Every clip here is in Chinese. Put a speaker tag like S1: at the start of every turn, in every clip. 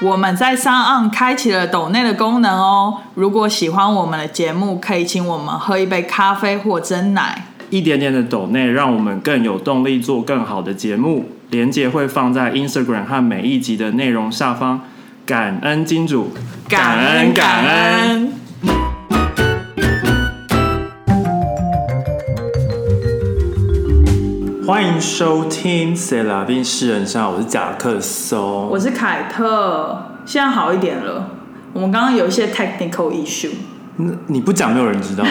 S1: 我们在上岸开启了抖内的功能哦。如果喜欢我们的节目，可以请我们喝一杯咖啡或蒸奶。
S2: 一点点的抖内，让我们更有动力做更好的节目。连接会放在 Instagram 和每一集的内容下方。感恩金主，
S1: 感恩。
S2: 欢迎收听《塞拉宾诗人上》，我是贾克松。
S1: 我是凯特，现在好一点了。我们刚刚有一些 technical issue，
S2: 嗯你不讲，没有人知 道。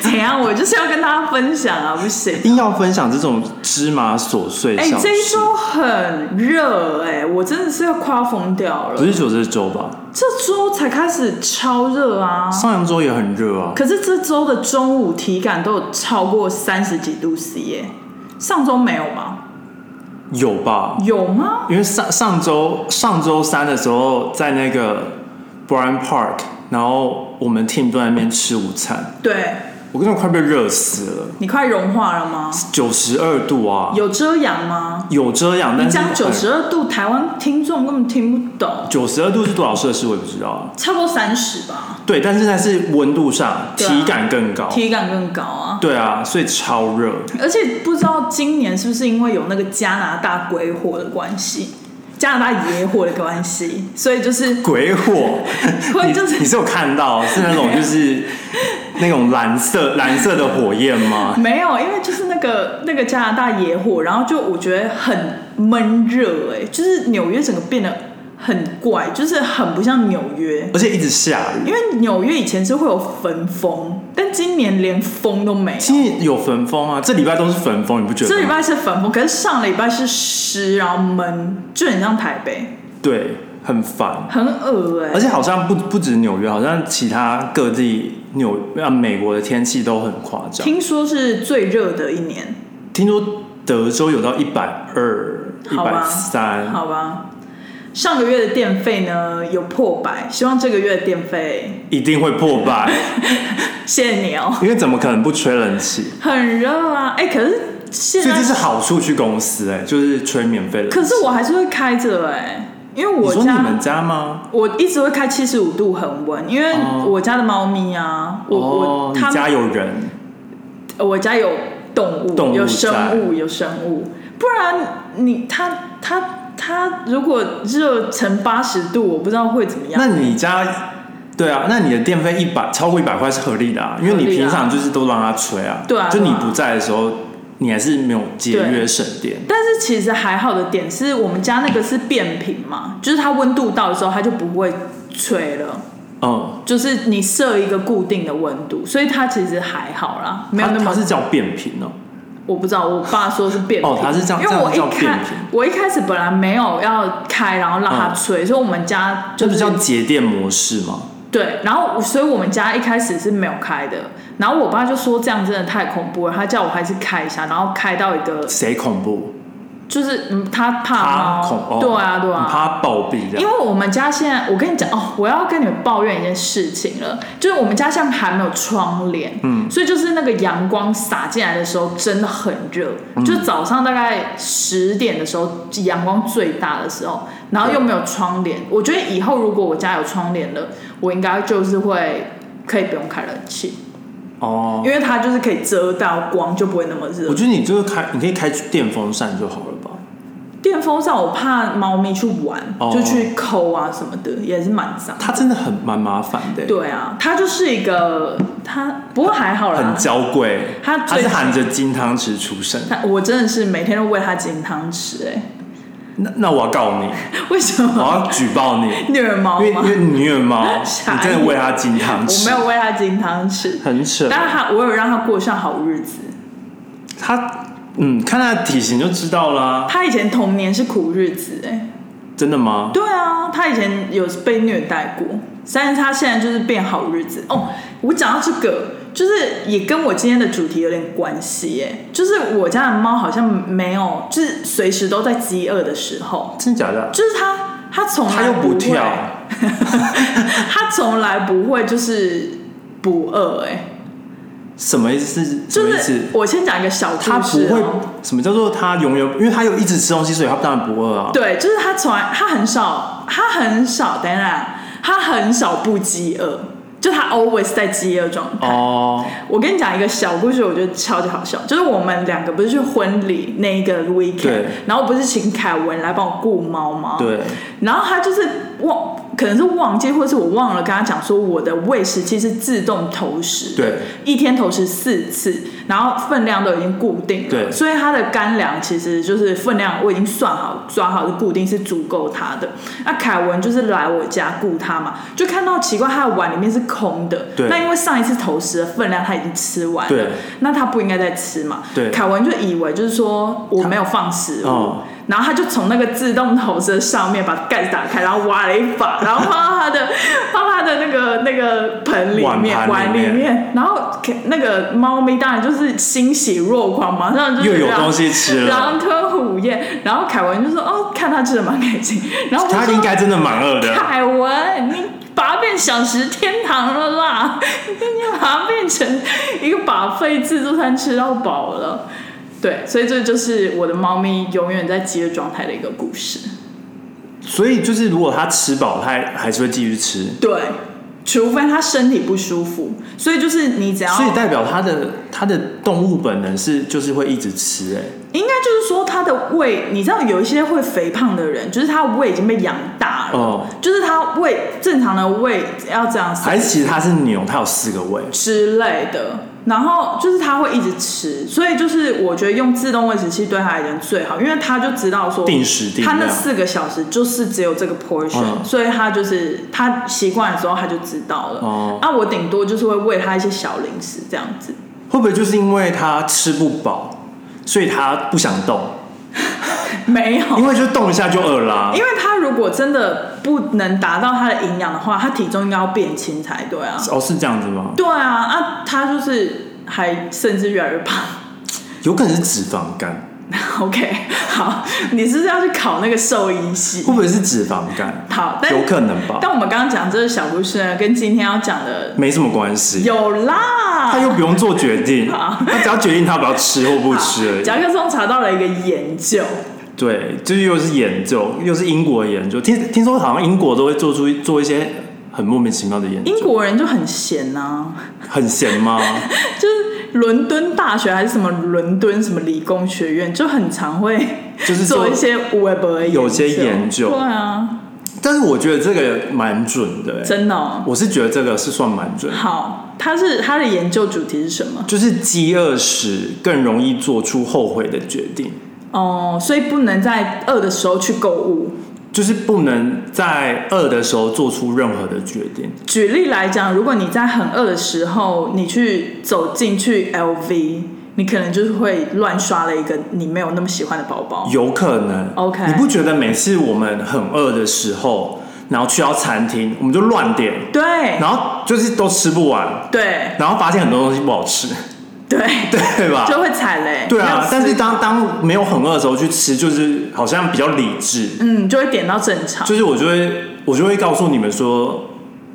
S1: 怎样？我就是要跟大家分享啊，不行。
S2: 硬要分享这种芝麻琐碎
S1: 哎、
S2: 小事，
S1: 这一周很热哎、我真的是要夸疯掉
S2: 不
S1: 了。
S2: 是只有这周吧？
S1: 这周才开始超热啊，
S2: 上扬周也很热啊。
S1: 可是这周的中午体感都有超过三十几度 C 耶、上周没有吧？
S2: 有吧？
S1: 有吗？
S2: 因为上上周上周三的时候，在那个 Brian Park，然后我们 team 都在那边吃午餐，
S1: 对
S2: 我真的快被热死了，
S1: 你快融化了吗？
S2: 九十二度啊，
S1: 有遮阳吗？
S2: 有这样，
S1: 你
S2: 但
S1: 讲九十
S2: 是
S1: 二度，台湾听众根本听不懂，
S2: 九十二度是多少摄氏我也不知道啊，
S1: 差不多三十吧，
S2: 对，但是它是温度上
S1: 对啊
S2: 体感更高，
S1: 体感更高啊。
S2: 对啊，所以超热，
S1: 而且不知道今年是不是因为有那个加拿大鬼火的关系，加拿大野火的关系，所以就是
S2: 鬼火，
S1: 会
S2: 你
S1: 就是
S2: 你是有看到是那种 就是那种蓝色蓝色的火焰吗？
S1: 没有，因为就是那个那个加拿大野火，然后就我觉得很闷热，哎，就是纽约整个变得很怪，就是很不像纽约，
S2: 而且一直下雨。
S1: 因为纽约以前是会有焚风，但今年连风都没有。
S2: 今天有焚风啊，这礼拜都是焚风，你不觉得吗？
S1: 这礼拜是焚风，可是上礼拜是湿，然后闷，就很像台北，
S2: 对，很烦。
S1: 很恶哎、
S2: 而且好像不不止纽约，好像其他各地纽啊美国的天气都很夸张。听
S1: 听说是最热的一年，
S2: 说德州有到一百二、一
S1: 好
S2: 百
S1: 吧
S2: 三，
S1: 好吧。上个月的电费呢有破百，希望这个月的电费，
S2: 一定会破百，
S1: 谢谢你哦。
S2: 因为怎么可能不吹冷气？
S1: 很热啊！哎、可是现
S2: 所以
S1: 在
S2: 这，是好处去公司哎、就是吹免费冷气。
S1: 可是我还是会开着哎、因为
S2: 你
S1: 我
S2: 说你
S1: 家
S2: 们家吗？
S1: 我一直会开七十五度恒温，因为
S2: 哦
S1: 我家的猫咪啊，我、
S2: 哦
S1: 我，
S2: 你
S1: 它
S2: 家有人，
S1: 我家有动物，
S2: 动物
S1: 有
S2: 在
S1: 生物，有生物，不然你它它它如果热成八十度，我不知道会怎么样。
S2: 那你家对啊，那你的电费一百超过一百块是合理的啊，因为你
S1: 合理啊
S2: 平常就是都让它吹啊，
S1: 对啊
S2: 就你
S1: 对啊
S2: 不在的时候，你还是没有节约省电。
S1: 但是其实还好的点是我们家那个是变频嘛，就是它温度到的时候它就不会吹了。
S2: 嗯，
S1: 就是你设一个固定的温度，所以它其实还好啦，没有那
S2: 它
S1: 么
S2: 它。是叫变频哦，
S1: 我不知道，我爸说是变频，
S2: 哦它是这样
S1: 因为我
S2: 这样
S1: 一
S2: 叫变
S1: 开
S2: 频
S1: 我一开始本来没有要开，然后让它
S2: 嗯
S1: 吹，所以我们家
S2: 这
S1: 就
S2: 不
S1: 是
S2: 叫节电模式吗？
S1: 对，然后所以我们家一开始是没有开的，然后我爸就说这样真的太恐怖了，他叫我还是开一下，然后开到一个
S2: 谁恐怖？
S1: 就是嗯，他怕
S2: 怕恐
S1: 猫，
S2: 哦，
S1: 对啊对啊，
S2: 你怕它暴毙这
S1: 因
S2: 样。
S1: 为我们家现在，我跟你讲哦，我要跟你们抱怨一件事情了，就是我们家现在还没有窗帘，嗯，所以就是那个阳光洒进来的时候真的很热，
S2: 嗯
S1: 就早上大概十点的时候，阳光最大的时候，然后又没有窗帘，我觉得以后如果我家有窗帘了，我应该就是会可以不用开冷气，
S2: 哦，
S1: 因为它就是可以遮到光，就不会那么热
S2: 我。觉得你就是开，你可以开电风扇就好了吧？
S1: 电风扇我怕猫咪去玩，
S2: 哦
S1: 就去抠啊什么的，也是蛮脏。
S2: 它真的很蛮麻烦的，欸
S1: 对啊，它就是一个它，不过还好啦
S2: 很。娇贵，
S1: 啊它
S2: 它
S1: 最
S2: 是含着金汤匙出生。
S1: 它我真的是每天都喂它金汤匙、
S2: 那那我要告你，
S1: 哎， 为什
S2: 我
S1: 么
S2: 要举报你。
S1: 虐猫
S2: 啊因为
S1: 吗
S2: 因？为你虐 猫，
S1: 傻眼
S2: 你真的喂它金汤
S1: 我
S2: 匙，
S1: 没有喂它金汤匙，
S2: 很扯。
S1: 但是它我有让它过上好日子。
S2: 它嗯，看它的体型就知道啦。
S1: 它以前童年是苦日子、哎，
S2: 真的吗？
S1: 对啊，它以前有被虐待过，但是它现在就是变好日子。哦，我讲到这个。就是也跟我今天的主题有点关系哎，就是我家的猫好像没有，就是随时都在饥饿的时候，
S2: 真的假的？
S1: 就是他，他从来
S2: 它又
S1: 不
S2: 不
S1: 会
S2: 跳，
S1: 他从来不会就是不饿哎、
S2: 什么意思？什
S1: 就
S2: 么意思
S1: 是？我先讲一个小
S2: 他
S1: 故
S2: 不
S1: 事、
S2: 会
S1: 哦。，
S2: 什么叫做他永远？因为他有一直吃东西，所以他当然不饿啊。
S1: 对，就是他从来他很少，他很少，当然他很少不饥饿，就他 always 在饥饿状态。
S2: 哦，
S1: 我跟你讲一个小故事，我觉得超级好笑。就是我们两个不是去婚礼那一个 weekend，
S2: 对
S1: 然后不是请凯文来帮我顾猫猫，
S2: 对，
S1: 然后他就是忘，可能是忘记，或者是我忘了跟他讲说我的喂食器是自动投食，
S2: 对，
S1: 一天投食四次，然后分量都已经固定了，
S2: 对
S1: 所以它的干粮其实就是分量我已经算好抓好是固定是足够它的。那凯文就是来我家顾它嘛，就看到奇怪他的碗里面是空的，
S2: 对
S1: 那因为上一次投食的分量他已经吃完了
S2: 对，
S1: 那他不应该再吃嘛，
S2: 对
S1: 凯文就以为就是说我没有放食物。
S2: 哦
S1: 然后他就从那个自动投射上面把盖子打开，然后挖了一把，然后放到他的放他的那个那个盆里
S2: 碗
S1: 面
S2: 盘
S1: 碗
S2: 里
S1: 里
S2: 面
S1: 面，然后那个猫咪当然就是欣喜若狂，马上就是
S2: 又有
S1: 狼
S2: 东西吃了，
S1: 狼吞虎咽。然后凯文就说：“哦，看他吃的蛮开心。”然后我就
S2: 他
S1: 说
S2: 应该真的蛮饿的。
S1: 凯文，你把它变享食天堂了啦！你把它变成一个把费自助餐吃到饱了。对，所以这就是我的猫咪永远在饥饿状态的一个故事。
S2: 所以就是，如果他吃饱，他还还是会继续吃，
S1: 对，除非它身体不舒服，所以就是你只要，
S2: 所以代表他的他的动物本能是就是会一直吃、哎，
S1: 应该就是说它的胃，你知道有一些会肥胖的人，就是他的胃已经被养大了，
S2: 哦
S1: 就是他胃正常的胃要这样塞
S2: 还是其实它是牛，它有四个胃。
S1: 之类的。然后就是它会一直吃，所以就是我觉得用自动喂食器对它来讲最好，因为它就知道说
S2: 定时定
S1: 它
S2: 量
S1: 那四个小时就是只有这个 portion，、
S2: 嗯
S1: 所以它就是它习惯的时候它就知道了。啊
S2: 哦
S1: 那、我顶多就是会喂它一些小零食这样子。
S2: 会不会就是因为它吃不饱，所以它不想动？
S1: 没有，
S2: 因为就动一下就饿啦、
S1: 因为它如果真的不能达到它的营养的话，它体重应该要变轻才对啊。
S2: 哦，是这样子吗？
S1: 对啊，啊，它就是还甚至越来越胖。
S2: 有可能是脂肪肝，
S1: OK，好，你是不是要去考那个兽医系
S2: 会？不会是脂肪肝？
S1: 好，但
S2: 有可能吧，
S1: 但我们刚刚讲这个小故事呢，跟今天要讲的
S2: 没什么关系。
S1: 有
S2: 他
S1: 啦。
S2: 又不用做决定，
S1: 好
S2: 他只要决定他要不要吃或不吃而已。
S1: 夹克松查到了一个研究，
S2: 对，就是又是研究，又是英国的研究。听听说好像英国都会做出做一些很莫名其妙的研究，
S1: 英国人就很闲呐、
S2: 很闲吗？
S1: 就是伦敦大学还是什么伦敦什么理工学院，就很常会
S2: 就是做
S1: 做一些 web 的研究
S2: 有些研究
S1: 对啊，
S2: 但是我觉得这个蛮准的、欸，
S1: 真的、哦。
S2: 我是觉得这个是算蛮准的。
S1: 好，它是它的研究主题是什么？
S2: 就是饥饿时更容易做出后悔的决定，
S1: 哦，所以不能在饿的时候去购物。
S2: 就是不能在饿的时候做出任何的决定。
S1: 举例来讲，如果你在很饿的时候，你去走进去 LV，你可能就是会乱刷了一个你没有那么喜欢的包包。
S2: 有可能
S1: OK
S2: 你不觉得每次我们很饿的时候，然后去到餐厅，我们就乱点，
S1: 对
S2: 然后就是都吃不完，
S1: 对
S2: 然后发现很多东西不好吃，
S1: 对，
S2: 对吧？
S1: 就会踩雷。
S2: 对
S1: 没有
S2: 啊
S1: 吃，
S2: 但是当当没有很饿的时候去吃，就是好像比较理智，
S1: 嗯，就会点到正常。
S2: 就是我就会我就会告诉你们说，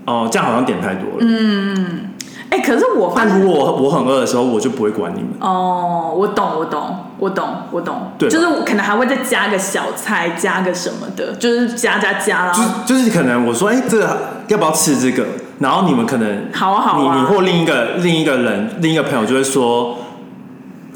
S2: 哦、这样好像点太多了。
S1: 嗯哎、可是我发
S2: 但
S1: 现
S2: 如果我很饿的时候，我就不会管你们。
S1: 哦，我懂，我懂，我懂，我懂，
S2: 对吧
S1: 就是我可能还会再加个小菜，加个什么的，就是加加加，然
S2: 就
S1: 后
S2: 是就是可能我说，哎、这个要不要吃这个？然后你们可能
S1: 好啊好啊
S2: 你你或另一个另一个人另一个朋友就会说，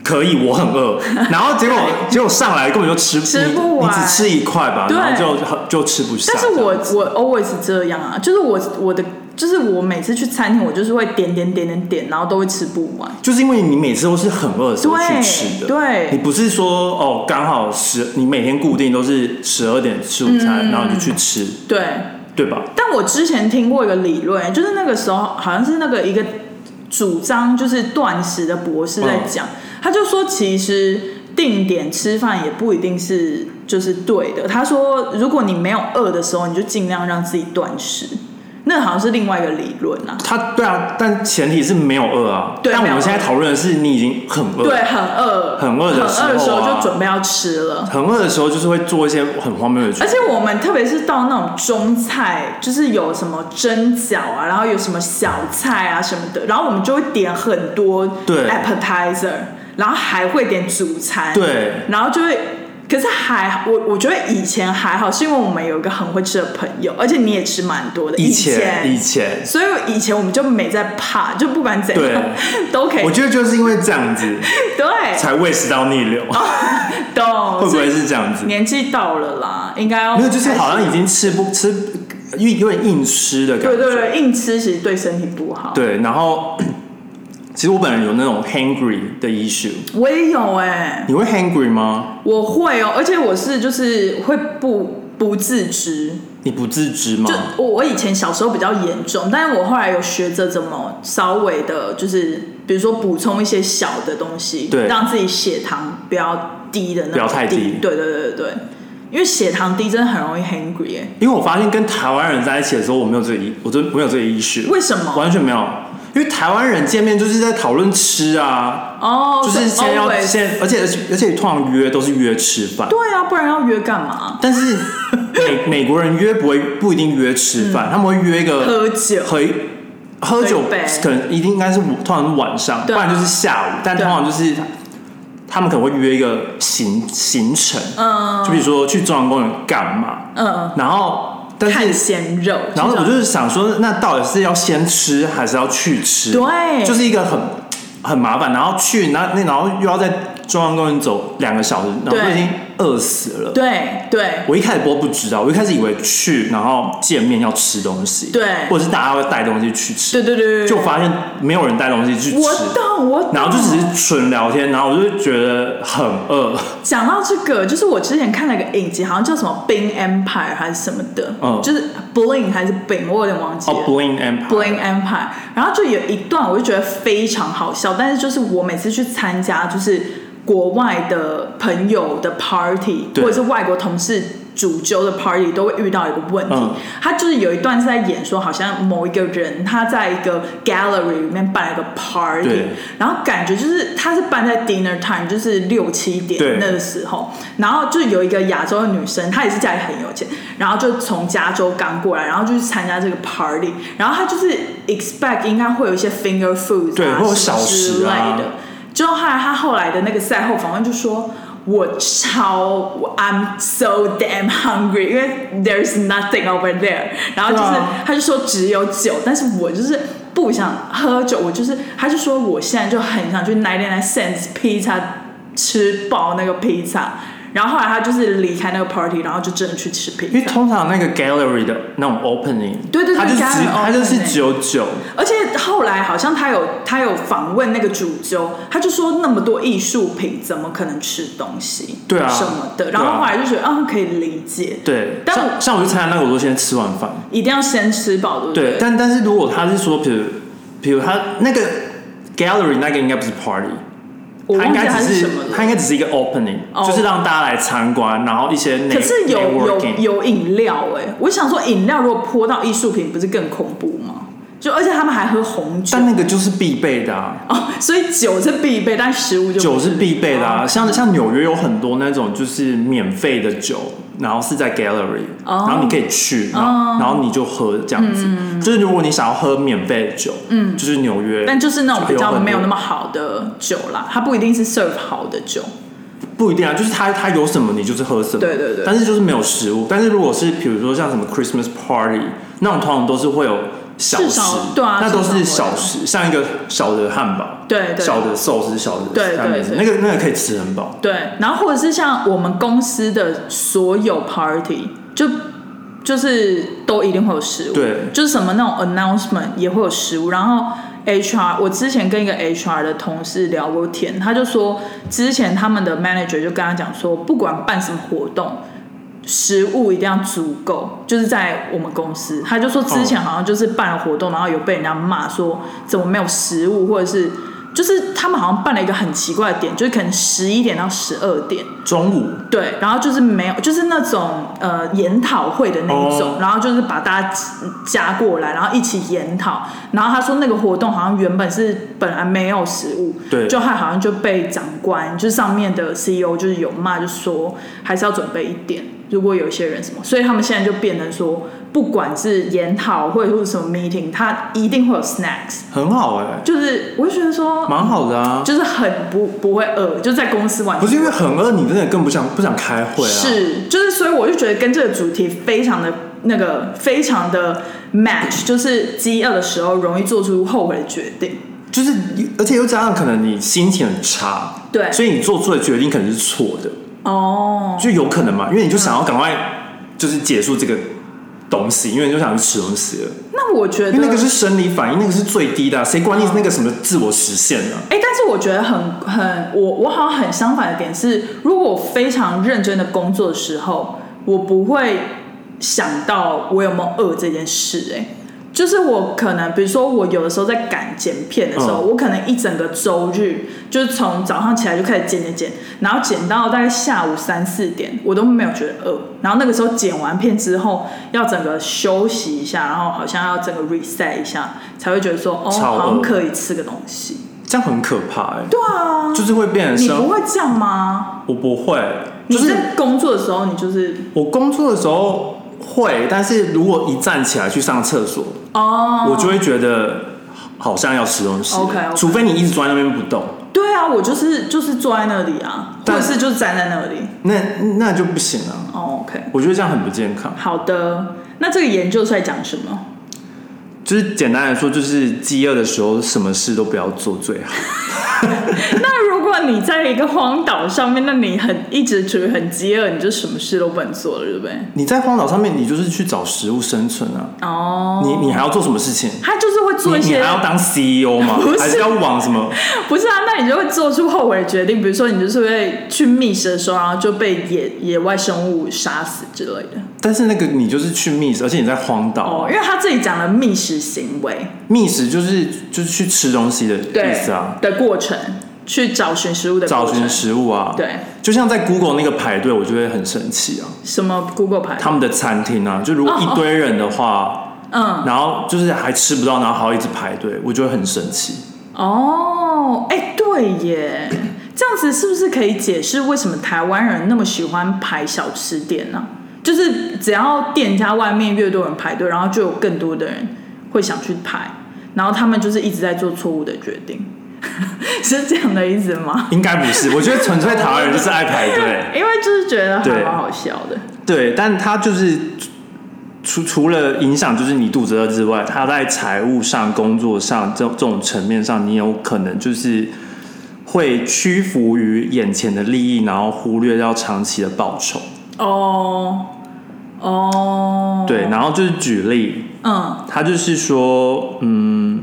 S2: 可以，我很 饿。然后结果结果上来根本就吃
S1: 吃
S2: 你
S1: 不完
S2: 你只吃一块吧，
S1: 对
S2: 然后就就吃不下。
S1: 但是我
S2: 这样
S1: 我 always 这样啊，就是我我的就是我每次去餐厅，我就是会点点点点点，然后都会吃不完。
S2: 就是因为你每次都是很饿的时候去
S1: 对
S2: 吃的，
S1: 对
S2: 你不是说哦刚好十你每天固定都是十二点吃午
S1: 嗯
S2: 餐，然后你就去吃，
S1: 对，
S2: 对吧？
S1: 但我之前听过一个理论，就是那个时候好像是那个一个主张就是断食的博士在讲，
S2: 嗯
S1: 他就说其实定点吃饭也不一定是就是对的。他说如果你没有饿的时候，你就尽量让自己断食。那好像是另外一个理论啊。
S2: 他对啊，但前提是没有饿啊。
S1: 对
S2: 但我
S1: 没有
S2: 们现在
S1: 饿
S2: 讨论的是你已经很饿，
S1: 对，，很饿，
S2: 很饿的时候啊
S1: 很饿的时候就准备要吃了。
S2: 很饿的时候就是会做一些很荒谬的决
S1: 而
S2: 定。
S1: 且我们特别是到那种中菜，就是有什么蒸饺啊，然后有什么小菜啊什么的，然后我们就会点很多
S2: 对
S1: appetizer，然后还会点主餐，
S2: 对，
S1: 然后就会。可是还我我觉得以前还好，是因为我们有一个很会吃的朋友，而且你也吃蛮多的。
S2: 以
S1: 以
S2: 前以前，
S1: 所以以前我们就没在怕，就不管怎样 都可以
S2: 我。觉得就是因为这样子
S1: 对，
S2: 才胃食道逆流，
S1: 懂。
S2: 会不
S1: 哦所
S2: 会
S1: 以
S2: 是这样子？
S1: 年纪到了啦，应该要
S2: 没有，就是
S1: 开始
S2: 好像已经吃不吃，有有点硬吃的感
S1: 对
S2: 觉。
S1: 对对，硬吃其实对身体不好。，
S2: 对然后 其实我本人有那种 hungry 的 issue，
S1: 我也有哎、
S2: 你会 hungry 吗？
S1: 我会哦，而且我是就是会不不自知，
S2: 你不自知吗
S1: 就？我我以前小时候比较严重，但是我后来有学着怎么稍微的，就是比如说补充一些小的东西，
S2: 对
S1: 让自己血糖不要低的那种，
S2: 不要太低
S1: 对对对对对，因为血糖低真的很容易欸 hungry 耶、
S2: 因为我发现跟台湾人在一起的时候，我没有这一，我真没有这个 issue，
S1: 为什么？
S2: 完全没有。因为台湾人见面就是在讨论吃啊，
S1: 哦，
S2: 就是先要
S1: always
S2: 先，而且而且而且通常约都是约吃饭，
S1: 对啊，不然要约干嘛？
S2: 但是 美美国人约不会不一定约吃饭，他们会约一
S1: 嗯
S2: 个
S1: 喝酒
S2: 喝一喝酒
S1: 喝一杯
S2: 可能一定应该是通常是晚上，不
S1: 对啊
S2: 然就是下午，但
S1: 对
S2: 通
S1: 啊
S2: 常就是他们可能会约一个行行程，
S1: 嗯
S2: 就比如说去中央公园干嘛，
S1: 嗯，
S2: 然后但
S1: 看
S2: 是
S1: 鲜肉，
S2: 然后我
S1: 这
S2: 就是想说，那到底是要先吃还是要去吃？
S1: 种对，
S2: 就是一个很很麻烦，然后去那那然后又要在中央公园走两个小时，然后
S1: 对
S2: 就已经饿死了。
S1: 对对
S2: 我一开始播不知道，我一开始以为去然后见面要吃东西，
S1: 对
S2: 或者是大家会带东西去
S1: 对
S2: 吃，
S1: 对对对，
S2: 就发现没有人带东西去吃，
S1: 我懂我懂，
S2: 然后就只是纯聊天，然后我就觉得很饿，
S1: 讲到这个，就是我之前看了一个影集，好像叫什么《Bing Empire》还是什么的，
S2: 嗯
S1: 就是 Bling 还是 Bing，我有点忘记了。
S2: 哦，Bling Empire。
S1: Bling Empire，然后就有一段我就觉得非常好笑，但是就是我每次去参加就是国外的朋友的 party，
S2: 对
S1: 或者是外国同事主揪的 party，都会遇到一个问题。
S2: 嗯
S1: 他就是有一段是在演说，好像某一个人他在一个 gallery 里面办了一个 party，
S2: 对
S1: 然后感觉就是他是办在 dinner time，就是六七
S2: 对
S1: 点那个时候，然后就有一个亚洲的女生，她也是家里很有钱，然后就从加州刚过来，然后就去参加这个 party，然后她就是 expect 应该会有一些 finger food
S2: 对
S1: 啊
S2: 会有
S1: 什
S2: 小
S1: 么
S2: 食
S1: 之类
S2: 啊
S1: 的，之后后来她后来的那个赛后访问就说。我超我，I'm so damn hungry，因为 there's nothing over there。然后就是
S2: 对啊
S1: 他就说只有酒，但是我就是不想喝酒，我就是，他就说我现在就很想去 Ninety Nine Cents Pizza 吃饱那个披萨，然后后来他就是离开那个 party，然后就真的去吃披
S2: 因为
S1: 萨，
S2: 通常那个 gallery 的那种 opening，
S1: 对对对
S2: 它就是只
S1: gallery
S2: 它就是
S1: opening
S2: 只有酒，
S1: 而且后来好像他有他有访问那个主揪，他就说那么多艺术品怎么可能吃东西，
S2: 对啊
S1: 什么的，
S2: 对
S1: 然
S2: 啊
S1: 后后来就觉得啊可以理解，
S2: 对。
S1: 但
S2: 像像我去参加那个，我都先吃完饭，
S1: 一定要先吃饱，对不
S2: 对。但但是如果他是说，比如比如他那个 gallery 那个应该不是 party，
S1: 我
S2: 它
S1: 忘
S2: 应
S1: 记
S2: 该
S1: 他
S2: 只
S1: 什么了
S2: 它。应该只是一个 opening，、
S1: 哦
S2: 就是让大家来参观，然后一些内
S1: 可是有有
S2: networking
S1: 有饮料哎、我想说饮料如果泼到艺术品，不是更恐怖吗？就而且他们还喝红酒
S2: 但那个就是必备的啊，
S1: 哦，所以酒是必备，但食物就不
S2: 酒是必备的啊。像像纽约有很多那种就是免费的酒，然后是在 gallery，、
S1: 哦嗯
S2: 然后你可以去，然后、然后你就喝这样子。就是如果你想要喝免费的酒，嗯，就是纽约，
S1: 但就是那种比较没有那
S2: 么
S1: 么好的酒啦，它不一定是 serve 好的酒。
S2: 不一定啊，就是它它有什么你就是喝什么，
S1: 对对对
S2: 但是就是没有食物，但是如果是比如说像什么 Christmas party 那种，通常都是会有小
S1: 至
S2: 食
S1: 少，对啊
S2: 那都是
S1: 至少会
S2: 小
S1: 有
S2: 食，像一个小的汉堡，
S1: 对对
S2: 小的寿司，小的
S1: 对对
S2: 三明治
S1: 对
S2: 那个那个可以吃很饱。
S1: 对，然后或者是像我们公司的所有 party 就。就是都一定会有食物，
S2: 对
S1: 就是什么那种 announcement 也会有食物。然后 HR，我之前跟一个 HR 的同事聊过天，他就说之前他们的 manager 就跟他讲说，不管办什么活动，食物一定要足够，就是在我们公司，他就说之前好像就是办了活动，然后有被人家骂说怎么没有食物，或者是就是他们好像办了一个很奇怪的点，就是可能十一点到十二点，
S2: 中午
S1: 对，然后就是没有，就是那种呃研讨会的那一种，
S2: 哦
S1: 然后就是把大家加过来，然后一起研讨。然后他说那个活动好像原本是本来没有食物，
S2: 对
S1: 就他好像就被长官就是上面的 CEO 就是有骂，就说还是要准备一点。如果有一些人什么，所以他们现在就变成说，不管是研讨会或者什么 meeting，他一定会有 snacks，
S2: 很好哎、
S1: 就是我就觉得说，
S2: 蛮好的啊。
S1: 就是很不不会饿，就在公司完全
S2: 不是因为很饿，你真的更不想不想开会啊？，
S1: 是，就是所以我就觉得跟这个主题非常的那个非常的 match，就是饥饿的时候容易做出后悔的决定。
S2: 就是而且又加上可能你心情很差，
S1: 对
S2: 所以你做出的决定可能是错的，
S1: 哦，
S2: 就有可能嘛，因为你就想要赶快就是结束这个东西，因为你就想吃东西了，
S1: 那我觉得
S2: 因为那个是生理反应，那个是最低的啊、谁管你那个什么自我实现呢、啊？
S1: 哎、但是我觉得很很，我我好像很相反的点是，如果我非常认真的工作的时候，我不会想到我有没有饿这件事、哎，就是我可能，比如说我有的时候在赶剪片的时候，
S2: 嗯
S1: 我可能一整个周日，就是从早上起来就开始剪剪剪，然后剪到大概下午三四点，我都没有觉得饿。然后那个时候剪完片之后，要整个休息一下，然后好像要整个 reset 一下，才会觉得说，哦，
S2: 超饿
S1: 好像可以吃个东西。
S2: 这样很可怕哎、
S1: 对啊，
S2: 就是会变成
S1: 你不
S2: 生，
S1: 会这样吗？
S2: 我不会，
S1: 你
S2: 就是
S1: 在工作的时候，你就是
S2: 我工作的时候会，但是如果一站起来去上厕所，
S1: 哦，
S2: 我就会觉得好像要吃东西了。
S1: OK，OK
S2: 除非你一直坐在那边不动，
S1: 对啊，我就是就是坐在那里啊，或
S2: 但
S1: 者是就是站在那里。
S2: 那那就不行啊。
S1: 哦，OK，
S2: 我觉得这样很不健康。
S1: 好的。那这个研究是在讲什 么？
S2: 就是简单来说，就是饥饿的时候，什么事都不要做最好。
S1: 那如果你在一个荒岛上面，那你很一直处于很饥饿，你就什么事都不能做了，对不对？
S2: 你在荒岛上面，你就是去找食物生存啊。
S1: 哦，
S2: 你你还要做什么事情？
S1: 他就是会做一
S2: 你你
S1: 些
S2: 还，要当 CEO 吗
S1: 不？是
S2: 还是要往什么？
S1: 不是啊？那你就会做出后悔的决定，比如说你就是会去觅食的时候，然后就被野野外生物杀死之类的。
S2: 但是那个你就是去觅食，而且你在荒岛啊
S1: 哦，因为他这里讲了觅食行为，
S2: 觅食就是就是去吃东西的
S1: 对
S2: 意思啊，
S1: 的过程，去找寻食物的过
S2: 找
S1: 程
S2: 寻食物啊。，
S1: 对
S2: 就像在 Google 那个排队，我就会很生气啊。
S1: 什么 Google 排
S2: 他们的餐厅啊，就如果一堆人的话，
S1: 哦嗯
S2: 然后就是还吃不到，然后还要一直排队，我就会很生气。
S1: 哦，哎、对耶， 这样子是不是可以解释为什么台湾人那么喜欢排小吃店呢、就是只要店家外面越多人排队，然后就有更多的人会想去排，然后他们就是一直在做错误的决定， 是这样的意思吗？
S2: 应该不是，我觉得纯粹台湾人就是爱排 队，
S1: 因为就是觉得还
S2: 对
S1: 蛮好笑的。
S2: 对，但他就是除除了影响就是你肚子饿之外，他在财务上、工作上这这种层面上，你有可能就是会屈服于眼前的利益，然后忽略掉长期的报酬。
S1: 哦哦，
S2: 对，，然后就是举例，
S1: 嗯，
S2: 他就是说，嗯，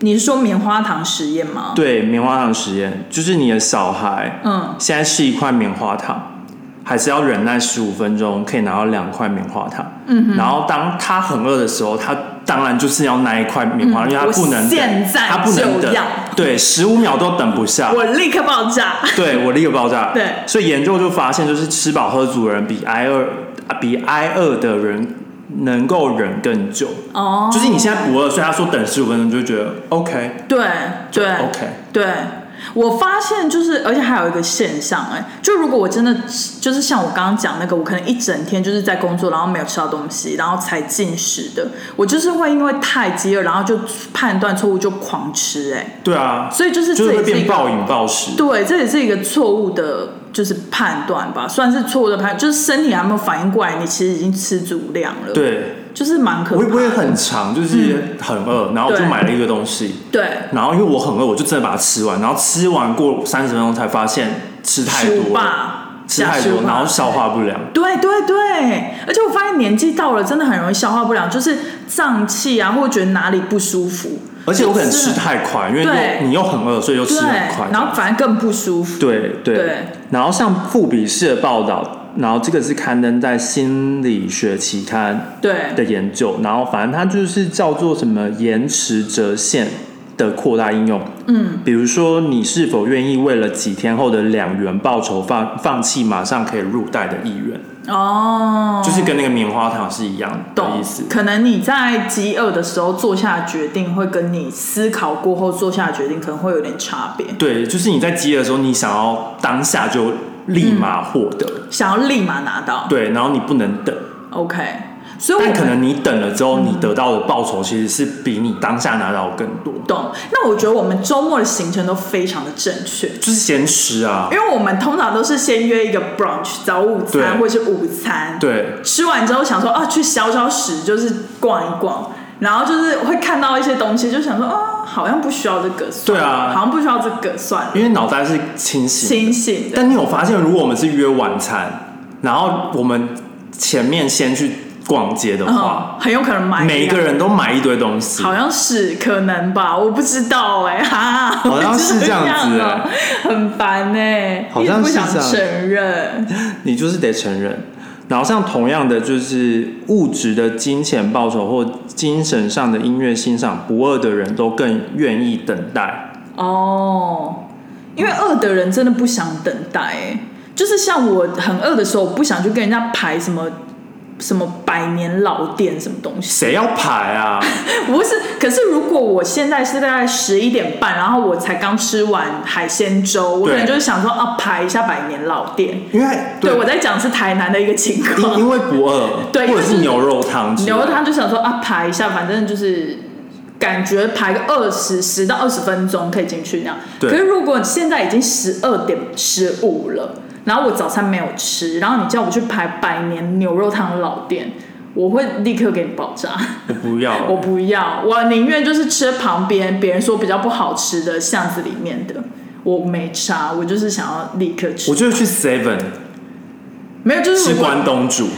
S1: 你是说棉花糖实验吗？
S2: 对，棉花糖实验，就是你的小孩
S1: 嗯，
S2: 现在是一块棉花糖，还是要忍耐十五分钟可以拿到两块棉花糖。嗯，然后当他很饿的时候，他当然就是要那一块棉花，糖，因为他不
S1: 嗯我
S2: 能等，
S1: 现在
S2: 他不能等
S1: 就要，
S2: 对，十五秒都等不下。
S1: 我立刻爆炸。
S2: 对我立刻爆炸。
S1: 对
S2: 所以研究就发现，就是吃饱喝足的人比挨饿比挨饿的人能够忍更久。
S1: 哦，
S2: 就是你现在不饿，所以他说等十五分钟就觉得 OK
S1: 对对
S2: OK。
S1: 对，我发现就是，而且还有一个现象、哎，就如果我真的就是像我刚刚讲那个，我可能一整天就是在工作，然后没有吃到东西，然后才进食的，我就是会因为太饥饿，然后就判断错误就狂吃、哎，
S2: 对啊，
S1: 所以就是
S2: 就是
S1: 这
S2: 会
S1: 也是一
S2: 变暴
S1: 个
S2: 饮暴食。
S1: 对，这也是一个错误的。就是判断吧，算是错误的判，就是身体还没有反应过来，你其实已经吃足量了。，
S2: 对，
S1: 就是蛮可怕
S2: 我也
S1: 的。
S2: 我也很长，就是很饿，然后我就
S1: 对
S2: 买了一个东西，
S1: 对，
S2: 然后因为我很饿，我就真的把它吃完，然后吃完过三十分钟才发现吃太
S1: 修
S2: 多了，
S1: 吧，
S2: 吃
S1: 假
S2: 太
S1: 修
S2: 多，
S1: 吧
S2: 然后消化不良。
S1: 对对对，而且我发现年纪到了，真的很容易消化不良，就是胀气啊，或者觉得哪里不舒服。
S2: 而且我可能
S1: 就
S2: 吃
S1: 很
S2: 太快，因为
S1: 对
S2: 又你又很饿，所以又吃很快
S1: 对，。然后反而更不舒服。
S2: 对对
S1: 对
S2: 然后像富比士的报道，然后这个是刊登在《心理学期刊》
S1: 对
S2: 的研究，然后反正它就是叫做什么延迟折线的扩大应用。嗯，比如说你是否愿意为了几天后的两元报酬放放弃马上可以入袋的一元，
S1: 哦，
S2: 就是跟那个棉花糖是一样的
S1: 懂
S2: 意思。
S1: 可能你在饥饿的时候做下决定，会跟你思考过后做下决定可能会有点差别。
S2: 对，就是你在饥饿的时候，你想要当下就立马获得，
S1: 想要立马拿到
S2: 对，然后你不能等。
S1: ，OK。所以我
S2: 但
S1: 们
S2: 可能你等了之后，你得到的报酬其实是比你当下拿到的更多，
S1: 懂。那我觉得我们周末的行程都非常的正确。
S2: 就是闲时啊
S1: 因。为我们通常都是先约一个 brunch 早午餐
S2: 对
S1: 或是午餐，，
S2: 对，
S1: 吃完之后想说啊去消消食，就是逛一逛，然后就是会看到一些东西，就想说啊好像不需要这个，算了
S2: 对啊
S1: 好像不需要这个，算了，
S2: 因为脑袋是清醒的。
S1: 清醒的，
S2: 但你有发现，如果我们是约晚餐，然后我们前面先去逛街的话，
S1: 嗯，很有可能买
S2: 每一个人都买一堆东西，
S1: 好像是可能吧，我不知道哎、哈，
S2: 好像是这 样
S1: 这
S2: 子哎
S1: 样哦很烦哎、
S2: 好像
S1: 一直
S2: 是
S1: 不想
S2: 这样
S1: 承认，
S2: 你就是得承认。然后像同样的，就是物质的金钱报酬或精神上的音乐欣赏，不二的人都更愿意等待。
S1: 哦，因为饿的人真的不想等待、欸，就是像我很饿的时候，我不想去跟人家排什么什么百年老店什么东西。
S2: 谁要排啊？
S1: 不是，可是如果我现在是大概十一点半，然后我才刚吃完海鲜粥，我可能
S2: 对
S1: 就是想说啊，排一下百年老店。
S2: 因为
S1: 对，我在讲是台南的一个情
S2: 因
S1: 况，
S2: 因为不饿，
S1: 对
S2: 或者是牛肉汤之类的，
S1: 牛肉汤就想说啊，排一下，反正就是感觉排个二十十到二十分钟可以进去那样。
S2: 对
S1: 可是如果现在已经十二点十五了，然后我早餐没有吃，然后你叫我去排百年牛肉汤老店，我会立刻给你爆炸。
S2: 我不要，
S1: 我不要，我宁愿就是吃旁边别人说比较不好吃的巷子里面的，我没差，我就是想要立刻吃
S2: 我。就去 Seven
S1: 没有，就是
S2: 吃
S1: 我
S2: 关东煮，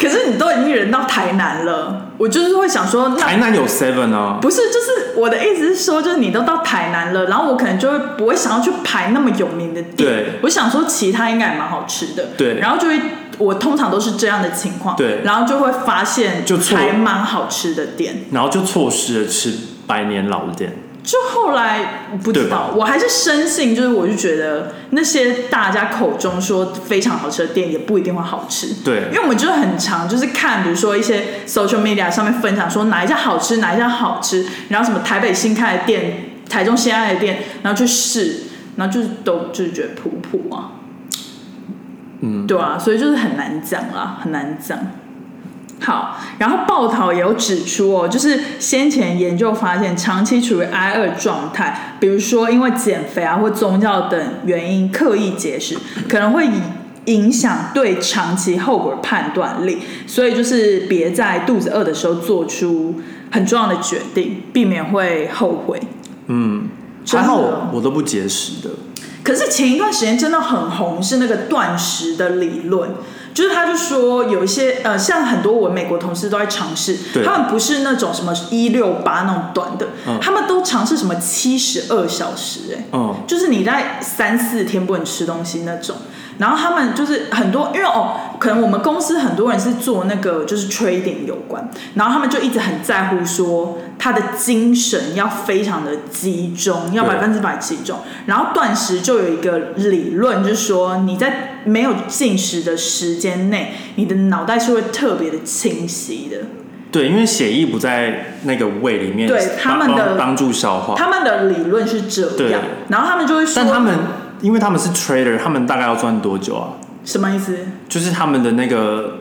S1: 可是你都已经人到台南了，我就是会想说，那
S2: 台南有 Seven 啊，
S1: 不是，就是我的意思是说，就是你都到台南了，然后我可能就会不会想要去排那么有名的店。
S2: 对
S1: 我想说其他应该也蛮好吃的。
S2: 对
S1: 然后就会我通常都是这样的情况。
S2: 对
S1: 然后就会发现
S2: 就错
S1: 还蛮好吃的店。
S2: 然后就错失了吃百年老店。
S1: 就后来不知
S2: 对吧
S1: 道，我还是深信，就是我就觉得那些大家口中说非常好吃的店，也不一定会好吃。
S2: 对
S1: 因为我们就是很常就是看，比如说一些 social media 上面分享说哪一家好吃，哪一家好吃，然后什么台北新开的店、台中新开的店，然后去试，然后就是都就是觉得普普啊。嗯，对啊，所以就是很难讲啦，很难讲。好，然后报道也有指出哦，就是先前研究发现，长期处于挨饿状态，比如说因为减肥啊或宗教等原因刻意节食，可能会以影响对长期后果的判断力，所以就是别在肚子饿的时候做出很重要的决定，避免会后悔。
S2: 嗯，
S1: 真
S2: 还
S1: 的
S2: 好我我都不节食的，
S1: 可是前一段时间真的很红，是那个断食的理论，就是他就说有一些呃，像很多我美国同事都在尝试，
S2: 对
S1: 他们不是那种什么一六八那种短的，
S2: 嗯
S1: 他们都尝试什么七十二小时、哎，
S2: 嗯，
S1: 就是你在三四天不能吃东西那种。然后他们就是很多，因为哦，可能我们公司很多人是做那个就是 trading 有关，然后他们就一直很在乎说他的精神要非常的集中，要
S2: 对
S1: 百分之百集中。然后断食就有一个理论，就是说你在没有进食的时间内，你的脑袋是会特别的清晰的。
S2: 对，因为血液不在那个胃里面，
S1: 对他们
S2: 帮
S1: 的
S2: 帮助消化，
S1: 他们的理论是这
S2: 哦对
S1: 样，然后他们就会说，
S2: 但他们因为他们是 trader，他们大概要赚多久啊？
S1: 什么意思？
S2: 就是他们的那个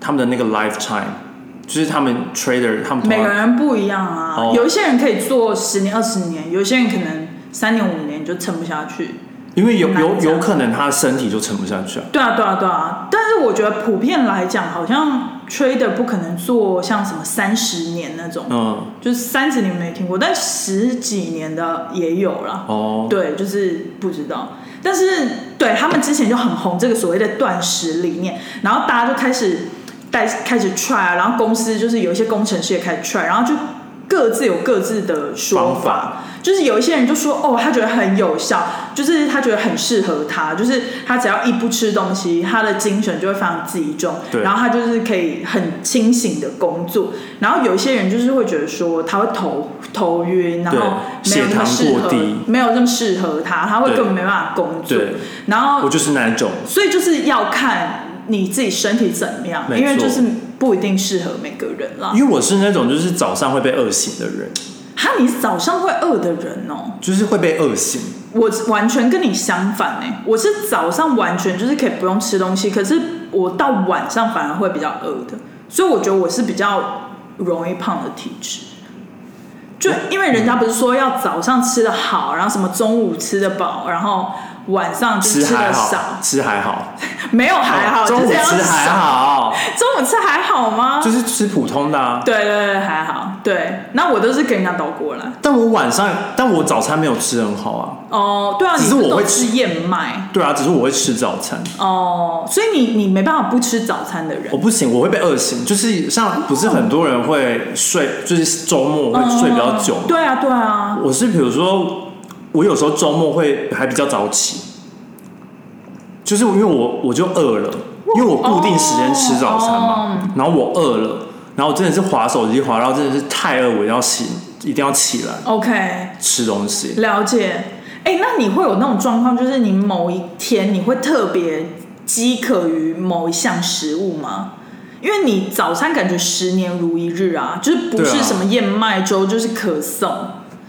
S2: 他们的那个 lifetime，就是他们 trader 他们通
S1: 每个
S2: 常
S1: 人不一样啊，
S2: 哦
S1: 有一些人可以做十年、二十年，有些人可能三年、五年就撑不下去。
S2: 因为有
S1: 很难
S2: 有
S1: 讲
S2: 有可能他的身体就撑不下去啊。
S1: 对啊，对啊，对啊。但是我觉得普遍来讲，好像 trader 不可能做像什么三十年那种，
S2: 嗯，
S1: 就是三十年没听过，但十几年的也有啦。
S2: 哦，
S1: 对，就是不知道。但是对他们之前就很红这个所谓的断食理念，然后大家就开始带开始 try 啊，然后公司就是有一些工程师也开始 try，然后就各自有各自的说法
S2: 方法。
S1: 就是有一些人就说，哦，他觉得很有效，就是他觉得很适合他，就是他只要一不吃东西，他的精神就会非常集中，
S2: 对
S1: 然后他就是可以很清醒的工作。然后有一些人就是会觉得说，他会头头晕，然后没有那么适
S2: 血糖
S1: 合
S2: 过低，
S1: 没有那么适合他，他会
S2: 对
S1: 根本没办法工作
S2: 对。
S1: 然后
S2: 我就是哪一种，
S1: 所以就是要看你自己身体怎么样，
S2: 没错
S1: 因为就是不一定适合每个人啦
S2: 因。为我是那种就是早上会被饿醒的人，
S1: 哈，你是早上会饿的人哦、
S2: 就是会被饿醒。
S1: 我完全跟你相反哎、我是早上完全就是可以不用吃东西，可是我到晚上反而会比较饿的，所以我觉得我是比较容易胖的体质。就因为人家不是说要早上吃的好，然后什么中午吃的饱，然后晚上就是
S2: 吃
S1: 吃
S2: 还
S1: 的
S2: 好
S1: 少，，
S2: 吃还好，
S1: 没有还好，
S2: 中午
S1: 就是
S2: 吃
S1: 要
S2: 还
S1: 少，
S2: 好，
S1: 中午吃还好吗？
S2: 就是吃普通的啊。
S1: 对对对，还好。对，那我都是跟人家倒过来。
S2: 但我晚上，但我早餐没有吃很好啊。
S1: 哦，对啊，
S2: 只是
S1: 你不
S2: 我
S1: 都
S2: 会
S1: 吃燕麦
S2: 对啊，只是我会吃早餐，
S1: 哦，所以你你没办法不吃早餐的人
S2: 我。不行，我会被饿醒。就是像不是很多人会睡，就是周末会睡比较久嘛。
S1: 嗯对啊，对啊，
S2: 我是比如说，我有时候周末会还比较早起，就是因为我我就饿了，因为我固定时间吃早餐嘛，然后我饿了，然后我真的是划手机划到真的是太饿，我要醒，一定要起来
S1: OK，
S2: 吃东西。
S1: 了解。哎，那你会有那种状况，就是你某一天你会特别饥渴于某一项食物吗？因为你早餐感觉十年如一日啊，就是不
S2: 对
S1: 是
S2: 啊
S1: 什么燕麦粥，就是可颂，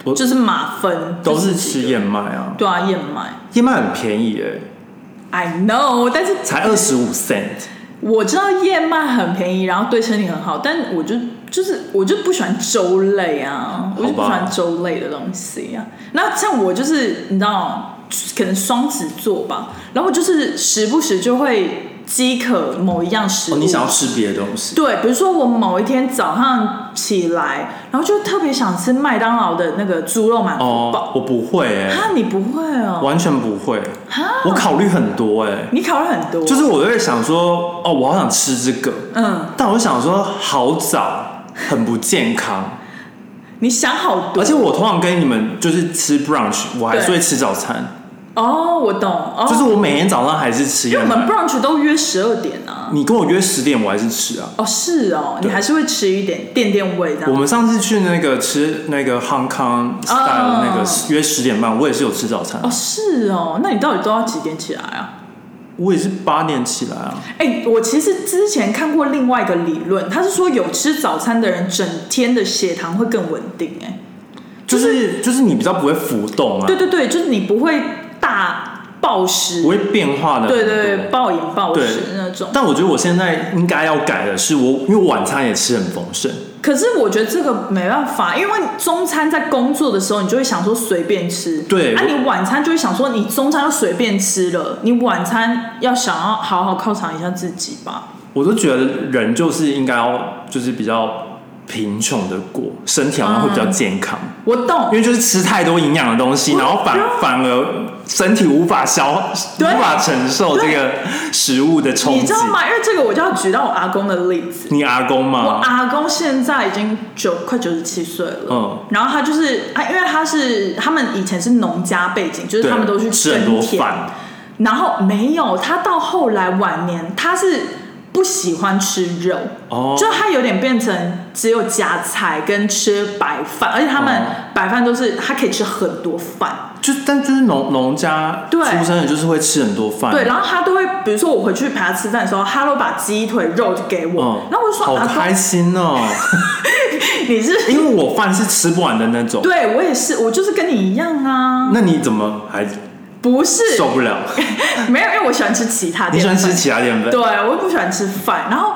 S2: 我
S1: 就是马芬，
S2: 都
S1: 就是几
S2: 吃
S1: 个
S2: 燕麦啊，
S1: 对啊，燕麦。
S2: 燕麦很便宜哎、
S1: I know，但是
S2: 才二十五 cent。
S1: 我知道燕麦很便宜，然后对身体很好，但我就就是我就不喜欢粥类啊，我就不喜欢粥类的东西啊。那像我就是你知道，可能双子座吧，然后我就是时不时就会饥渴某一样食物。
S2: 哦，你想要吃别的东西？
S1: 对，比如说我某一天早上起来，然后就特别想吃麦当劳的那个猪肉满福
S2: 哦
S1: 堡。，
S2: 我不会哎、
S1: 哈、你不会哦？
S2: 完全不会。
S1: 哈，
S2: 我考虑很多哎、
S1: 你考了很多，
S2: 就是我就会想说，哦，我好想吃这个，
S1: 嗯，
S2: 但我想说好早，很不健康。
S1: 你想好多
S2: 而且我通常跟你们就是吃 brunch，我还是会吃早餐，
S1: 哦，我懂哦，
S2: 就是我每天早上还是吃
S1: 因为
S2: 燕
S1: 我们
S2: 麦。
S1: brunch 都约十二点啊。
S2: 你跟我约十点，我还是吃啊。
S1: 哦，是哦，你
S2: 对
S1: 还是会吃一点垫垫胃这
S2: 我
S1: 样。
S2: 们上次去那个吃那个 Hong Kong style 那个约十点半，我也是有吃早餐
S1: 哦，，是哦，那你到底都要几点起来啊？
S2: 我也是八点起来啊。
S1: 哎，我其实之前看过另外一个理论，他是说有吃早餐的人，整天的血糖会更稳定。哎，
S2: 就是就是你比较不会浮动啊
S1: 对，对对，就是你不会大暴食
S2: 不，会变化的。
S1: 对对对，。暴饮暴
S2: 对
S1: 食那种。
S2: 但我觉得我现在应该要改的是，我因为晚餐也吃很丰盛，
S1: 可是我觉得这个没办法，因为中餐在工作的时候，你就会想说随便吃，
S2: 对
S1: 啊，你晚餐就会想说你中餐要随便吃了，你晚餐要想要好好犒赏一下自己吧。
S2: 我都觉得人就是应该要就是比较贫穷的过，身体好像会比较健康，
S1: 我懂
S2: 因，为就是吃太多营养的东西，
S1: 嗯我
S2: 然后反反而身体无法消，
S1: 对
S2: 无法承受这个食物的冲
S1: 你
S2: 击
S1: 知。道吗？因为这个我就要举到我阿公的例子。
S2: 你阿公
S1: 我
S2: 吗？
S1: 阿公现在已经九快九十七岁了，
S2: 嗯
S1: 然后他就是啊他，因为他是他们以前是农家背景，就是
S2: 对，
S1: 他们都去
S2: 吃很
S1: 耕
S2: 多
S1: 田，
S2: 饭，
S1: 然后没有，他到后来晚年，他是不喜欢吃肉，
S2: 哦
S1: 就他有点变成只有夹菜跟吃白饭，而且他们
S2: 哦啊
S1: 白饭都是他可以吃很多饭，
S2: 就但就是农农家
S1: 对
S2: 出生的，就是会吃很多饭。
S1: 对，然后他都会，比如说我回去陪他吃饭的时候，他都把鸡腿肉给我，
S2: 嗯，
S1: 然后我就说
S2: 好
S1: 阿
S2: 开
S1: 公，
S2: 心 哦，
S1: 你是
S2: 因为我饭是吃不完的那种。
S1: 对我也是，我就是跟你一样啊，
S2: 那你怎么还
S1: 不是
S2: 受不了？
S1: 没有，因为我喜欢吃其他，
S2: 你喜欢吃
S1: 其。
S2: 其他淀粉？
S1: 对，我不喜欢吃饭。然后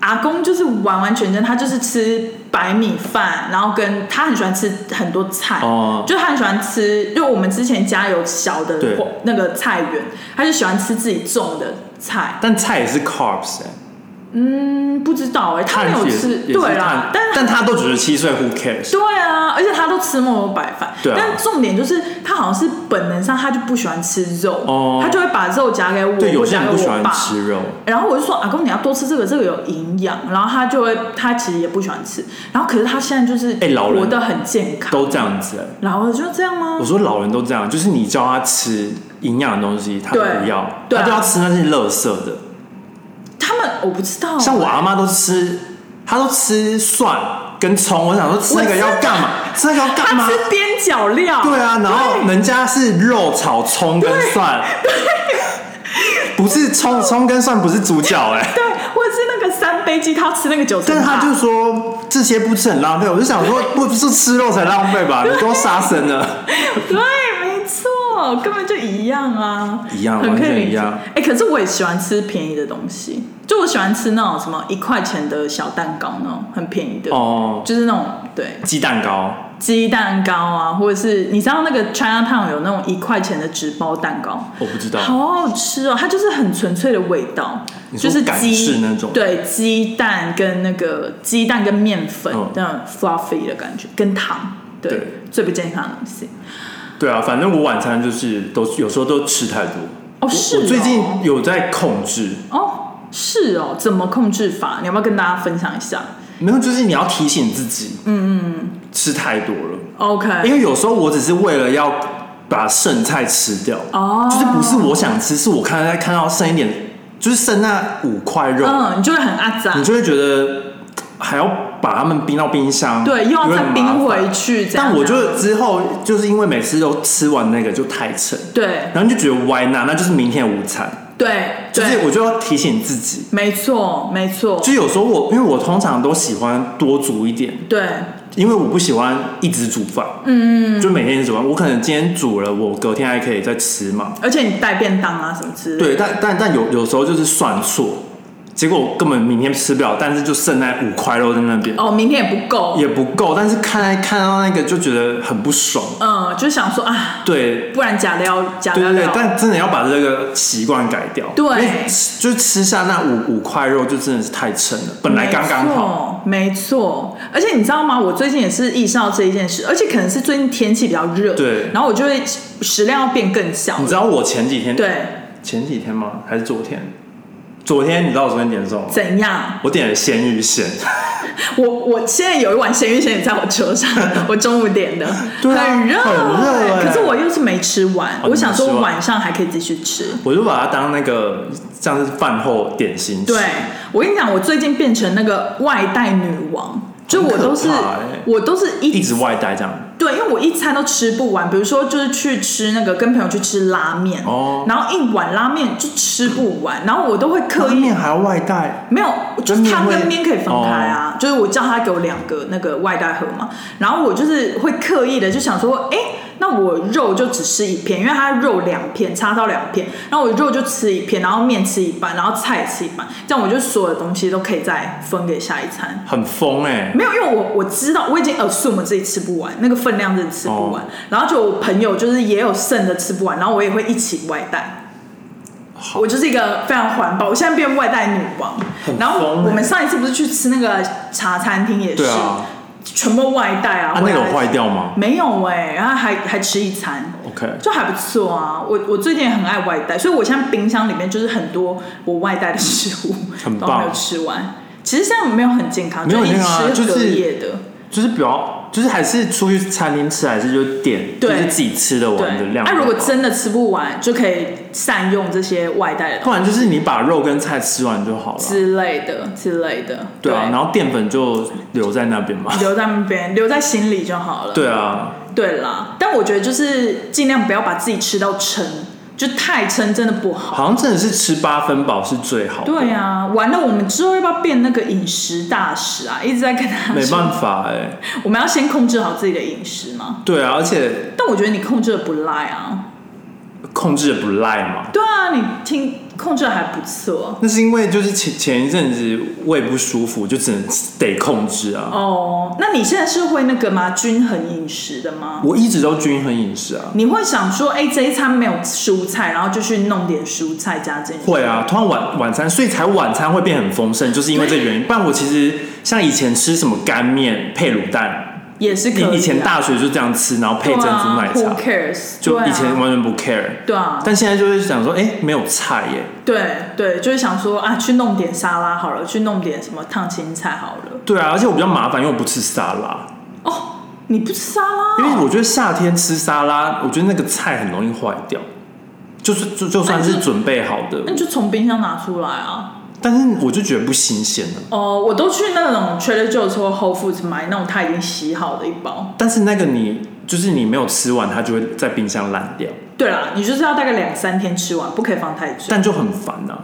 S1: 阿公就是完完全全，他就是吃白米饭，然后跟他很喜欢吃很多菜，
S2: 哦
S1: 就他很喜欢吃，就我们之前家有小的
S2: 对
S1: 那个菜园，他就喜欢吃自己种的菜。
S2: 但菜也是 carbs 哎、
S1: 嗯，不知道哎、他没有
S2: 碳
S1: 吃，
S2: 也也
S1: 对啦
S2: 碳，
S1: 但
S2: 但他都九十七岁，Who cares？
S1: 对啊，而且他都吃墨尔白饭，
S2: 对啊
S1: 但重点就是他好像是本能上他就不喜欢吃肉，
S2: 哦
S1: 他就会把肉夹给我，
S2: 对，有
S1: 或
S2: 些
S1: 夹
S2: 人
S1: 给
S2: 不喜
S1: 我
S2: 欢
S1: 爸。
S2: 吃肉，
S1: 然后我就说阿公你要多吃这个，这个有营养。然后他就会，他其实也不喜欢吃。然后可是他现在就是
S2: 哎老人
S1: 活得很健康。
S2: 都这样子、欸。
S1: 然后我就说这样啊吗
S2: 我？说老人都这样，就是你叫他吃营养的东西，他都
S1: 对
S2: 不要，
S1: 对啊
S2: 他就要吃那些垃圾的。
S1: 他们我不知道，
S2: 像我阿妈都吃，她都吃蒜跟葱，我想说吃那个要干嘛？吃那个要干
S1: 他
S2: 嘛？
S1: 吃边角料，
S2: 对啊，然后人家是肉炒葱跟蒜，不是葱葱跟蒜不是主角哎、
S1: 对，或者是那个三杯鸡，他要吃那个九层
S2: 但是
S1: 塔，
S2: 他就说这些不是很浪费，我就想 说不不是吃肉才浪费 吧？你都杀生了，
S1: 对，没错，根本就一样啊，
S2: 一样
S1: 很可
S2: 完
S1: 以
S2: 全
S1: 理
S2: 一
S1: 解
S2: 样。
S1: 哎、可是我也喜欢吃便宜的东西，就我喜欢吃那种什么一块钱的小蛋糕那种，很便宜的，
S2: 哦
S1: 就是那种对
S2: 鸡蛋糕
S1: 鸡蛋糕啊，或者是你知道那个 China Town 有那种一块钱的纸包蛋糕。
S2: 我不知道，
S1: 好好吃哦，它就是很纯粹的味道，
S2: 你
S1: 就
S2: 说
S1: 是
S2: 港
S1: 鸡
S2: 式那种
S1: 对，鸡蛋跟那个鸡蛋跟面粉、
S2: 嗯
S1: 那种 fluffy 的感觉，跟糖，对，
S2: 对
S1: 最不健康的东西。
S2: 对啊，反正我晚餐就是都有时候都吃太多。
S1: 哦，是哦
S2: 我最近有在控制，
S1: 哦，是哦，怎么控制法？你要不要跟大家分享一下
S2: 没有，就是你要提醒自己，嗯嗯，吃太多了，因
S1: ？OK，
S2: 为有时候我只是为了要把剩菜吃掉，
S1: 哦
S2: 就是不是我想吃，是我看到看到剩一点，就是剩那五块肉，
S1: 嗯，你就会很阿杂
S2: 你，就会觉得还要把它们冰到冰箱，
S1: 对，又要
S2: 有点
S1: 再
S2: 麻
S1: 冰
S2: 烦
S1: 回去，这样
S2: 但我
S1: 这样
S2: 就之后就是因为每次都吃完那个就太撑，
S1: 对
S2: 然后就觉得 why not，那就是明天的午餐，
S1: 对
S2: 就是
S1: 对，
S2: 我就要提醒自己，
S1: 没错没错，
S2: 就有时候我因为我通常都喜欢多煮一点，
S1: 对
S2: 因为我不喜欢一直煮饭，嗯，就每天一直煮饭。我可能今天煮了，我隔天还可以再吃嘛。
S1: 而且你带便当啊什么之类的，
S2: 对，但但但有有时候就是算错，结果根本明天吃不了，但是就剩那五块肉在那边、
S1: 哦，明天也不够，
S2: 也不够，但是看来看到那个就觉得很不爽。
S1: 嗯，就想说啊，
S2: 对
S1: 不然假料假
S2: 对
S1: 料
S2: 对对
S1: 料，，
S2: 但真的要把这个习惯改掉。
S1: 对
S2: 因为吃就吃下那五五块肉就真的是太撑了，本来刚刚好。
S1: 好，没错。而且你知道吗？我最近也是意识到这一件事，而且可能是最近天气比较热，
S2: 对
S1: 然后我就会食量要变更小
S2: 你，知道我前几天
S1: 对，
S2: 前几天吗？还是昨天？昨天你知道我昨天点什么吗？
S1: 怎样？
S2: 我点了鲜芋仙，
S1: 我我现在有一碗咸鱼咸也在我车 上，我中午点的，
S2: 对啊
S1: 很热，哎
S2: 很热欸
S1: 可是我又是没吃完，
S2: 哦
S1: 我想
S2: 你没
S1: 说
S2: 吃完
S1: 晚上还可以继续吃。
S2: 我就把它当那个像是饭后点心吃。
S1: 对，我跟你讲，我最近变成那个外带女王，就我都是、
S2: 很可怕欸
S1: 我都是一
S2: 一直外带这样。
S1: 对，因为我一餐都吃不完，比如说就是去吃那个跟朋友去吃拉面，
S2: 哦
S1: 然后一碗拉面就吃不完，然后我都会刻
S2: 拉
S1: 意
S2: 面还要外带，
S1: 没有，就是汤
S2: 跟面会
S1: 跟面可以分开啊，就是我叫他给我两个那个外带盒嘛，然后我就是会刻意的就想说，哎、那我肉就只吃一片，因为它肉两片，插到两片，然后我肉就吃一片，然后面吃一半，然后菜吃一半，这样我就所有东西都可以再分给下一餐。
S2: 很疯哎、
S1: 没有，因为我我知道我已经 assume 我自己吃不完，那个分量真的吃不完。
S2: 哦
S1: 然后就我朋友就是也有剩的吃不完，然后我也会一起外带。
S2: 好
S1: 我就是一个非常环保，我现在变外带女王
S2: 很。
S1: 然后
S2: 疯欸
S1: 我们上一次不是去吃那个茶餐厅也是，
S2: 对啊
S1: 全部外带啊。
S2: 啊，那个有
S1: 回来
S2: 坏掉吗
S1: 没有哎、然后还还吃一餐。
S2: ？OK，
S1: 就还不错啊，我我最近也很爱外带，所以我现在冰箱里面就是很多我外带的食物，
S2: 很棒
S1: 都没有吃完。其实这样没有很健康，
S2: 没有
S1: 就
S2: 健康啊
S1: 你吃
S2: 就是
S1: 隔夜的，
S2: 就是不要，就是还是出去餐厅吃，还是就点，就
S1: 对
S2: 是自己吃的完的
S1: 对，啊
S2: 量。
S1: 那、如果，真的吃不完，就可以善用这些外带的
S2: 不
S1: 东
S2: 然就是你把肉跟菜吃完就好了
S1: 西。之类的之类的。
S2: 对啊，然后淀粉就留在那边嘛。
S1: 留在那边，留在心里就好了。
S2: 对啊，
S1: 对啦，但我觉得就是尽量不要把自己吃到撑，就太撑真的不好。
S2: 好像真的是吃八分饱是最好的。
S1: 对啊，完了，我们之后要不要变那个饮食大使啊？一直在跟他
S2: 没办
S1: 法，
S2: 法哎、
S1: 我们要先控制好自己的饮食嘛。
S2: 对啊，而且
S1: 但我觉得你控制的不赖啊。
S2: 控制得不赖嘛。
S1: 对啊，你听控制得还不错
S2: 那是因为就是前前一阵子胃不舒服，就只能得控制啊。
S1: 哦。那你现在是会那个吗？均衡饮食的吗？
S2: 我一直都均衡饮食啊，
S1: 你会想说，哎、这一餐没有蔬菜，然后就去弄点蔬菜加进去。
S2: 会啊，通常晚晚餐，所以才晚餐会变很丰盛，就是因为这个原因。不然我其实像以前吃什么干面配卤蛋，
S1: 也是可以、啊。
S2: 以以前大学就这样吃，然后配珍珠奶
S1: 对
S2: 茶，
S1: 啊、，Who cares？
S2: 就
S1: 对啊
S2: 以前完全不 care。
S1: 对啊，
S2: 但现在就会想说，哎、没有菜耶，
S1: 对对，就是想说啊，去弄点沙拉好了，去弄点什么烫青菜好了。
S2: 对啊，而且我比较麻烦，因为我不吃沙拉，
S1: 哦，你不吃沙拉哦？
S2: 因为我觉得夏天吃沙拉，我觉得那个菜很容易坏掉，就是就就算
S1: 那
S2: 是
S1: 就
S2: 准备好的
S1: 那，哎你就从冰箱拿出来啊。
S2: 但是我就觉得不新鲜了。
S1: 哦，我都去那种 Trader Joe's 或 Whole Foods 买那种它已经洗好的一包。
S2: 但是那个你就是你没有吃完，它就会在冰箱烂掉，
S1: 对啦，你就是要大概两三天吃完，不可以放太久。
S2: 但就很烦啊呐、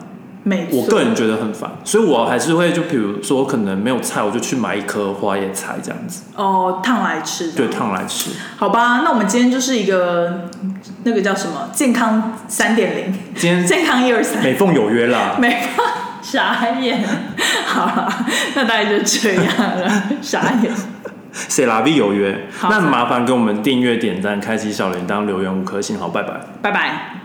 S1: 没错，
S2: 我个人觉得很烦，所以我还是会就比如说可能没有菜，我就去买一颗花椰菜这样子，
S1: 哦，烫来吃。
S2: 对，，烫来吃。
S1: 好吧，那我们今天就是一个嗯那个叫什么健康三点零，
S2: 今天
S1: 健康一二三，
S2: 美凤有约啦，
S1: 没办法傻眼。好啦，那大概就这样了， 傻眼。
S2: 谁拉比有约？
S1: 好
S2: 那麻烦给我们订阅、点赞、开启小铃铛、留言五颗星，好，拜拜。
S1: 拜拜。